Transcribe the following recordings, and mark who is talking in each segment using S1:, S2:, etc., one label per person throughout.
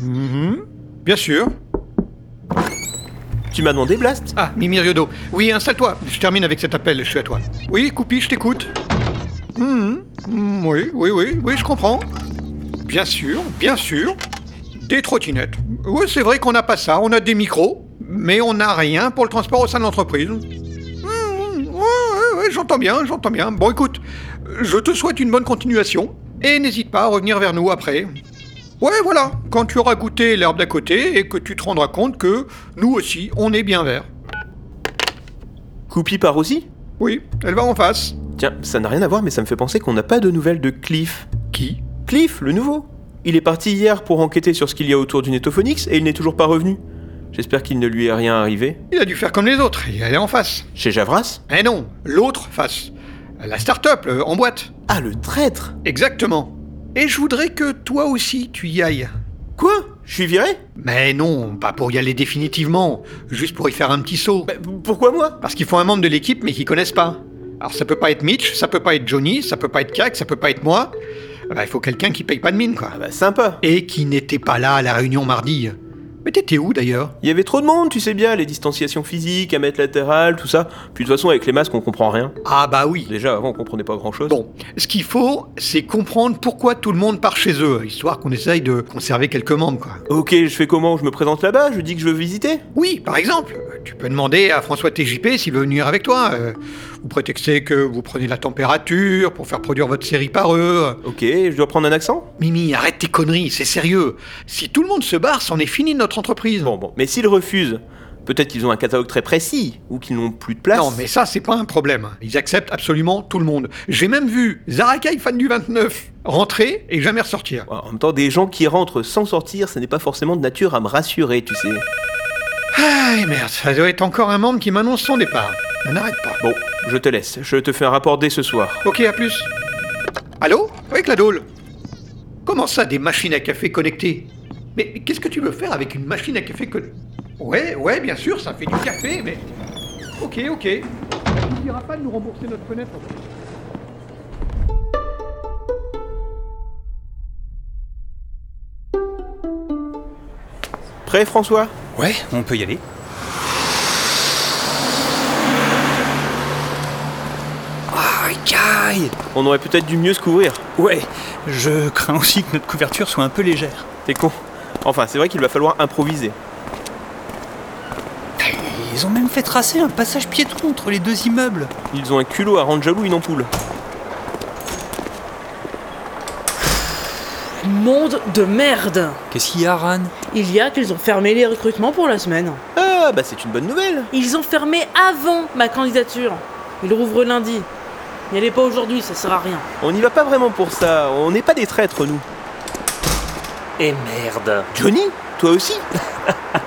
S1: Mhm. Bien sûr.
S2: Tu m'as demandé, Blast
S1: Ah, Mimi Riodo. Oui, installe-toi. Je termine avec cet appel, je suis à toi. Oui, Coupi, je t'écoute. Mhm. Mhm, Oui, oui, oui, oui, je comprends. Bien sûr, bien sûr. Des trottinettes. Oui, c'est vrai qu'on n'a pas ça. On a des micros, mais on n'a rien pour le transport au sein de l'entreprise. Mhm, ouais, ouais, ouais, j'entends bien, j'entends bien. Bon, écoute, je te souhaite une bonne continuation et n'hésite pas à revenir vers nous après. Ouais, voilà, quand tu auras goûté l'herbe d'à côté et que tu te rendras compte que nous aussi, on est bien vert.
S2: Coupi part aussi
S1: Oui, elle va en face.
S2: Tiens, ça n'a rien à voir, mais ça me fait penser qu'on n'a pas de nouvelles de Cliff.
S1: Qui
S2: Cliff, le nouveau Il est parti hier pour enquêter sur ce qu'il y a autour du Netophonix et il n'est toujours pas revenu. J'espère qu'il ne lui est rien arrivé.
S1: Il a dû faire comme les autres, il est en face.
S2: Chez Javras
S1: Eh non, l'autre face. La start-up, euh, en boîte.
S2: Ah, le traître
S1: Exactement. Et je voudrais que toi aussi tu y ailles.
S2: Quoi Je suis viré
S1: Mais non, pas pour y aller définitivement, juste pour y faire un petit saut.
S2: Bah, Pourquoi moi
S1: Parce qu'il faut un membre de l'équipe, mais qu'ils connaissent pas. Alors ça peut pas être Mitch, ça peut pas être Johnny, ça peut pas être Kak, ça peut pas être moi. Ah bah, il faut quelqu'un qui paye pas de mine, quoi.
S2: Ah bah sympa
S1: Et qui n'était pas là à la réunion mardi. Mais t'étais où d'ailleurs
S2: Il y avait trop de monde, tu sais bien, les distanciations physiques, à mètre latéral, tout ça. Puis de toute façon, avec les masques, on comprend rien.
S1: Ah bah oui.
S2: Déjà, avant, on comprenait pas grand-chose.
S1: Bon, ce qu'il faut, c'est comprendre pourquoi tout le monde part chez eux, histoire qu'on essaye de conserver quelques membres, quoi.
S2: Ok, je fais comment Je me présente là-bas Je dis que je veux visiter
S1: Oui, par exemple, euh, tu peux demander à François TJP s'il veut venir avec toi. euh, vous prétextez que vous prenez la température pour faire produire votre série par eux.
S2: Ok, je dois prendre un accent
S1: Mimi, arrête tes conneries, c'est sérieux. Si tout le monde se barre, c'en est fini de notre entreprise.
S2: Bon, bon. Mais s'ils refusent, peut-être qu'ils ont un catalogue très précis, ou qu'ils n'ont plus de place.
S1: Non, mais ça, c'est pas un problème. Ils acceptent absolument tout le monde. J'ai même vu Zarakai, fan du 29, rentrer et jamais ressortir.
S2: En même temps, des gens qui rentrent sans sortir, ce n'est pas forcément de nature à me rassurer, tu sais.
S1: Ah, et merde, ça doit être encore un membre qui m'annonce son départ. On n'arrête pas.
S2: Bon, je te laisse. Je te fais un rapport dès ce soir.
S1: Ok, à plus. Allô Oui, Cladoule Comment ça, des machines à café connectées Mais qu'est-ce que tu veux faire avec une machine à café connectée Ouais, ouais, bien sûr, ça fait du café, mais... Ok, ok. Tu ne diras pas de nous rembourser notre fenêtre
S2: Prêt, François
S3: Ouais, on peut y aller. Ah, caille
S2: On aurait peut-être dû mieux se couvrir.
S3: Ouais, je crains aussi que notre couverture soit un peu légère.
S2: T'es con. Enfin, c'est vrai qu'il va falloir improviser.
S3: Ils ont même fait tracer un passage piéton entre les deux immeubles.
S2: Ils ont un culot à rendre jaloux une ampoule.
S4: Monde de merde
S3: Qu'est-ce qu'il y a, Ran
S4: Il y a qu'ils ont fermé les recrutements pour la semaine.
S2: Ah, bah c'est une bonne nouvelle
S4: Ils ont fermé avant ma candidature. Ils rouvrent lundi. N'y allez pas aujourd'hui, ça sert à rien.
S2: On n'y va pas vraiment pour ça, on n'est pas des traîtres, nous.
S5: Et Eh merde
S2: Johnny Toi aussi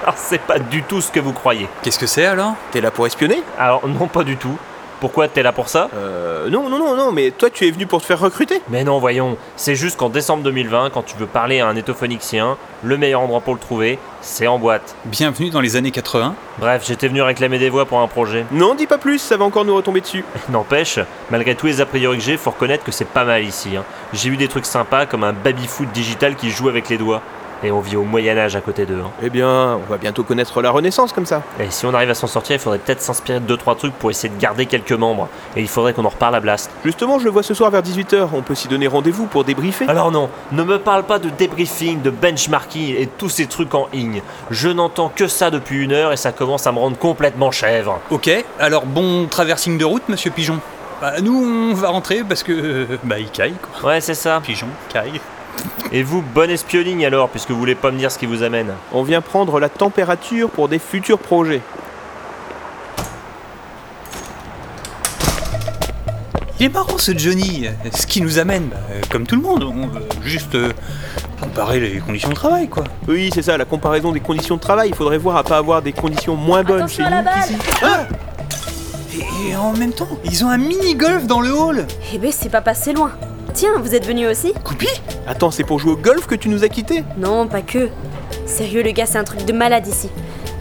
S5: Alors c'est pas du tout ce que vous croyez.
S3: Qu'est-ce que c'est alors
S2: T'es là pour espionner
S5: Alors non, pas du tout. Pourquoi t'es là pour ça
S2: Euh, non, non, non, non, mais toi tu es venu pour te faire recruter
S5: Mais non, voyons, c'est juste qu'en décembre 2020, quand tu veux parler à un éthophonixien, le meilleur endroit pour le trouver, c'est en boîte.
S3: Bienvenue dans les années 80.
S5: Bref, j'étais venu réclamer des voix pour un projet.
S2: Non, dis pas plus, ça va encore nous retomber dessus.
S5: N'empêche, malgré tous les a priori que j'ai, faut reconnaître que c'est pas mal ici. hein. J'ai eu des trucs sympas comme un baby-foot digital qui joue avec les doigts. Et on vit au Moyen-Âge à côté d'eux. hein.
S2: Eh bien, on va bientôt connaître la Renaissance comme ça.
S5: Et si on arrive à s'en sortir, il faudrait peut-être s'inspirer de 2-3 trucs pour essayer de garder quelques membres. Et il faudrait qu'on en reparle à Blast.
S2: Justement, je le vois ce soir vers 18h, on peut s'y donner rendez-vous pour débriefer.
S5: Alors non, ne me parle pas de débriefing, de benchmarking et tous ces trucs en ligne. Je n'entends que ça depuis une heure et ça commence à me rendre complètement chèvre.
S3: Ok, alors bon traversing de route, monsieur Pigeon. Bah, nous, on va rentrer parce que. euh, bah, il caille, quoi.
S5: Ouais, c'est ça.
S3: Pigeon, caille.
S5: Et vous, bonne espionning alors, puisque vous voulez pas me dire ce qui vous amène.
S2: On vient prendre la température pour des futurs projets.
S3: Il est marrant ce Johnny. Ce qui nous amène, bah, euh, comme tout le monde, on veut juste euh, comparer les conditions de travail, quoi.
S2: Oui, c'est ça, la comparaison des conditions de travail. Il faudrait voir à pas avoir des conditions moins bonnes
S6: Attention
S2: chez
S6: à la
S2: nous
S6: balle.
S2: qu'ici. Ah
S3: Et, et en même temps, ils ont un mini-golf dans le hall.
S6: Eh ben, c'est pas passé loin. Tiens, vous êtes venu aussi
S3: Coupi
S2: Attends, c'est pour jouer au golf que tu nous as quittés
S6: Non, pas que. Sérieux, le gars, c'est un truc de malade ici.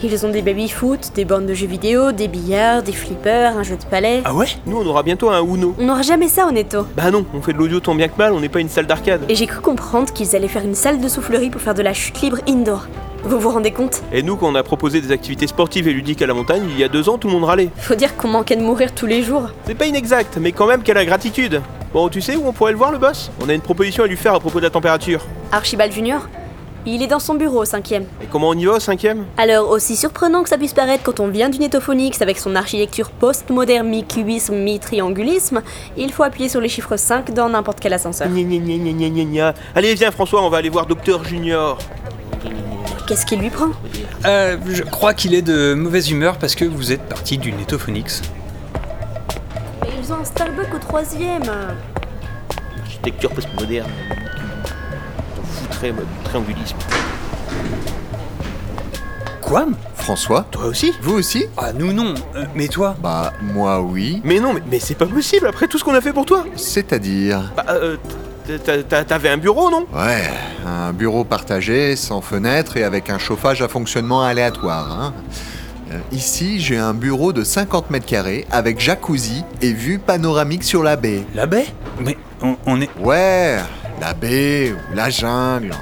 S6: Ils ont des baby-foot, des bandes de jeux vidéo, des billards, des flippers, un jeu de palais.
S3: Ah ouais
S2: Nous, on aura bientôt un Uno.
S6: On n'aura jamais ça, honnêtement.
S2: Bah non, on fait de l'audio tant bien que mal, on n'est pas une salle d'arcade.
S6: Et j'ai cru comprendre qu'ils allaient faire une salle de soufflerie pour faire de la chute libre indoor. Vous vous rendez compte
S2: Et nous, quand on a proposé des activités sportives et ludiques à la montagne, il y a deux ans, tout le monde râlait.
S6: Faut dire qu'on manquait de mourir tous les jours.
S2: C'est pas inexact, mais quand même, quelle gratitude Bon, tu sais où on pourrait le voir, le boss On a une proposition à lui faire à propos de la température.
S6: Archibald Junior, il est dans son bureau au cinquième.
S2: Et comment on y va au cinquième
S6: Alors, aussi surprenant que ça puisse paraître quand on vient du Netophonix avec son architecture postmoderne mi-cubisme, mi-triangulisme, il faut appuyer sur les chiffres 5 dans n'importe quel ascenseur.
S2: Gna gna gna gna gna gna gna. Allez, viens, François, on va aller voir Docteur Junior.
S6: Qu'est-ce qui lui prend
S3: Euh, je crois qu'il est de mauvaise humeur parce que vous êtes parti du Netophonix.
S6: Mais ils ont un Starbucks au troisième
S2: Architecture postmoderne. On foutrait, moi, du triangulisme.
S3: Quoi
S7: François
S2: Toi aussi
S7: Vous aussi
S3: Ah, nous non, euh, mais toi
S7: Bah, moi oui.
S2: Mais non, mais, mais c'est pas possible après tout ce qu'on a fait pour toi
S7: C'est-à-dire
S2: Bah, euh, t- t- t- t'avais un bureau, non
S7: Ouais, un bureau partagé, sans fenêtre et avec un chauffage à fonctionnement aléatoire. hein. Euh, ici, j'ai un bureau de 50 mètres carrés avec jacuzzi et vue panoramique sur la baie.
S3: La baie Mais on, on est.
S7: Ouais, la baie ou la jungle,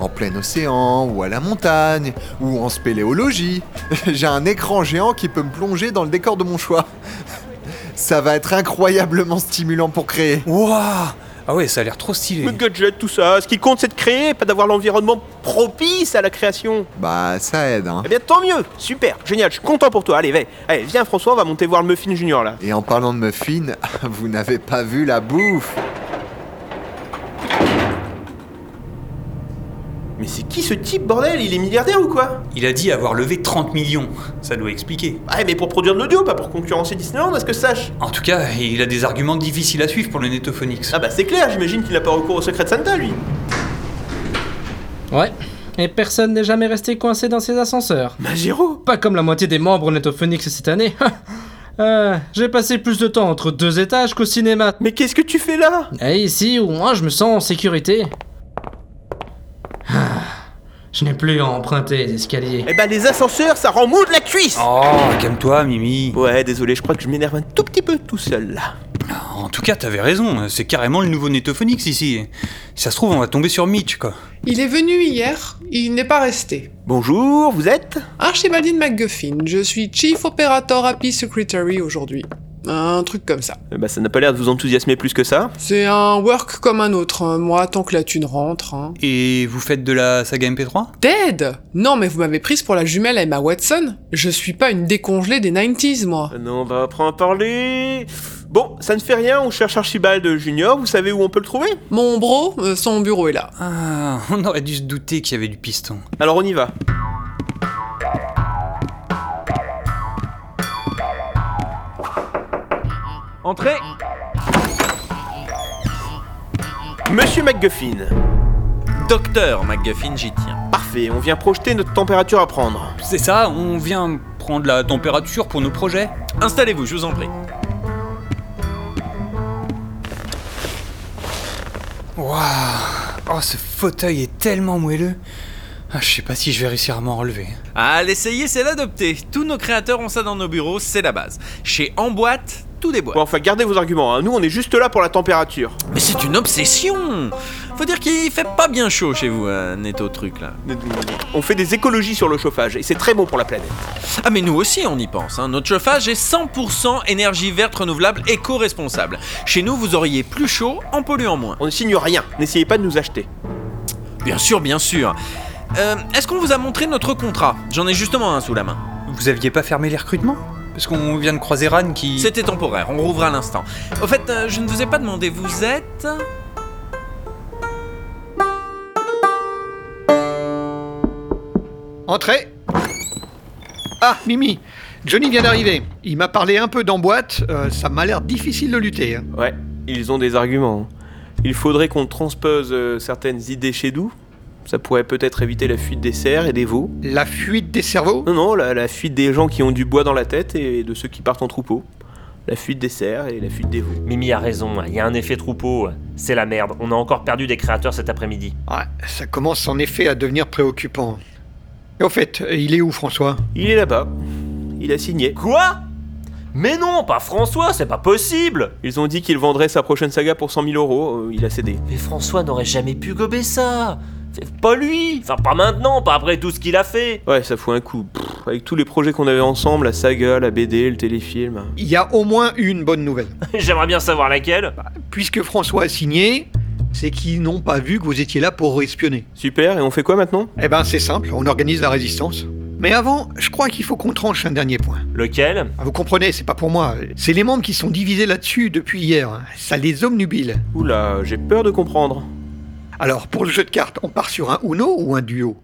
S7: en plein océan ou à la montagne ou en spéléologie. J'ai un écran géant qui peut me plonger dans le décor de mon choix. Ça va être incroyablement stimulant pour créer.
S3: Waouh Ah ouais, ça a l'air trop stylé.
S2: Le gadget, tout ça. Ce qui compte, c'est de créer, pas d'avoir l'environnement propice à la création.
S7: Bah, ça aide, hein.
S2: Eh bien, tant mieux Super Génial, je suis content pour toi. Allez, vais. Allez, viens, François, on va monter voir le Muffin Junior, là.
S7: Et en parlant de muffins, vous n'avez pas vu la bouffe
S2: Mais c'est qui ce type, bordel Il est milliardaire ou quoi
S3: Il a dit avoir levé 30 millions, ça doit expliquer.
S2: Ouais, Eh, mais pour produire de l'audio, pas pour concurrencer Disneyland, à ce que je sache.
S3: En tout cas, il a des arguments difficiles à suivre pour le Netophonix.
S2: Ah bah, c'est clair, j'imagine qu'il n'a pas recours au secret de Santa, lui.
S8: Ouais. Et personne n'est jamais resté coincé dans ces ascenseurs.
S2: Bah, Magiro
S8: Pas comme la moitié des membres Netophonix cette année. Euh, J'ai passé plus de temps entre deux étages qu'au cinéma.
S2: Mais qu'est-ce que tu fais là
S8: Et ici, au moins, je me sens en sécurité. Ah, Je n'ai plus à emprunter les escaliers.
S2: Eh bah, les ascenseurs, ça rend mou de la cuisse
S3: Oh, calme-toi, Mimi.
S2: Ouais, désolé, je crois que je m'énerve un tout petit peu tout seul, là.
S3: En tout cas, t'avais raison, c'est carrément le nouveau Netophonix ici. Si ça se trouve, on va tomber sur Mitch, quoi.
S9: Il est venu hier, il n'est pas resté.
S2: Bonjour, vous êtes
S9: Archibaldine McGuffin, je suis Chief Operator Happy Secretary aujourd'hui. Un truc comme ça.
S2: Eh Bah ça n'a pas l'air de vous enthousiasmer plus que ça.
S9: C'est un work comme un autre, hein. moi, tant que la thune rentre. Hein.
S3: Et vous faites de la saga MP3
S9: Dead Non, mais vous m'avez prise pour la jumelle Emma Watson. Je suis pas une décongelée des 90s, moi.
S2: Euh, Non, on va apprendre à parler. Bon, ça ne fait rien, on cherche Archibald Junior, vous savez où on peut le trouver
S9: Mon bro, euh, son bureau est là.
S3: Ah, on aurait dû se douter qu'il y avait du piston.
S2: Alors on y va.
S5: Entrez
S2: Monsieur McGuffin.
S10: Docteur McGuffin, j'y tiens.
S2: Parfait, on vient projeter notre température à prendre.
S3: C'est ça, on vient prendre la température pour nos projets
S10: Installez-vous, je vous en prie.
S3: Waouh Oh, ce fauteuil est tellement moelleux. Ah, je sais pas si je vais réussir à m'en relever.
S10: Ah, l'essayer, c'est l'adopter. Tous nos créateurs ont ça dans nos bureaux, c'est la base. Chez Emboîte, tout déboîte.
S2: Bon, enfin, gardez vos arguments, hein. nous on est juste là pour la température.
S10: Mais c'est une obsession Faut dire qu'il fait pas bien chaud chez vous, un netto truc là.
S2: On fait des écologies sur le chauffage, et c'est très bon pour la planète.
S10: Ah mais nous aussi on y pense, hein. notre chauffage est 100% énergie verte renouvelable éco-responsable. Chez nous vous auriez plus chaud en polluant moins.
S2: On ne signe rien, n'essayez pas de nous acheter.
S10: Bien sûr, bien sûr. Euh, Est-ce qu'on vous a montré notre contrat J'en ai justement un sous la main.
S3: Vous aviez pas fermé les recrutements Parce qu'on vient de croiser Ran qui.
S10: C'était temporaire, on rouvre à l'instant. Au fait, euh, je ne vous ai pas demandé, vous êtes...
S1: Entrez Ah, Mimi Johnny vient d'arriver. Il m'a parlé un peu d'emboîte. euh, ça m'a l'air difficile de lutter. hein.
S2: Ouais, ils ont des arguments. hein. Il faudrait qu'on transpose euh, certaines idées chez nous. Ça pourrait peut-être éviter la fuite des cerfs et des veaux.
S1: La fuite des cerveaux
S2: Non, non, la, la fuite des gens qui ont du bois dans la tête et de ceux qui partent en troupeau. La fuite des cerfs et la fuite des veaux.
S5: Mimi a raison, il y a un effet troupeau. C'est la merde, on a encore perdu des créateurs cet après-midi.
S1: Ouais, ça commence en effet à devenir préoccupant. Et au fait, il est où François
S2: Il est là-bas. Il a signé.
S5: Quoi Mais non, pas François, c'est pas possible
S2: Ils ont dit qu'il vendrait sa prochaine saga pour 100 000 euros. euh, il a cédé.
S5: Mais François n'aurait jamais pu gober ça C'est Pas lui Enfin, pas maintenant, pas après tout ce qu'il a fait
S2: Ouais, ça fout un coup. Pff, avec tous les projets qu'on avait ensemble, la saga, la BD, le téléfilm.
S1: Il y a au moins une bonne nouvelle.
S5: J'aimerais bien savoir laquelle. Bah,
S1: Puisque François a signé, c'est qu'ils n'ont pas vu que vous étiez là pour espionner.
S2: Super, et on fait quoi maintenant
S1: Eh ben c'est simple, on organise la résistance. Mais avant, je crois qu'il faut qu'on tranche un dernier point.
S5: Lequel
S1: Ah, Vous comprenez, c'est pas pour moi. C'est les membres qui sont divisés là-dessus depuis hier. Ça les obnubile.
S2: Oula, j'ai peur de comprendre.
S1: Alors, pour le jeu de cartes, on part sur un Uno ou un duo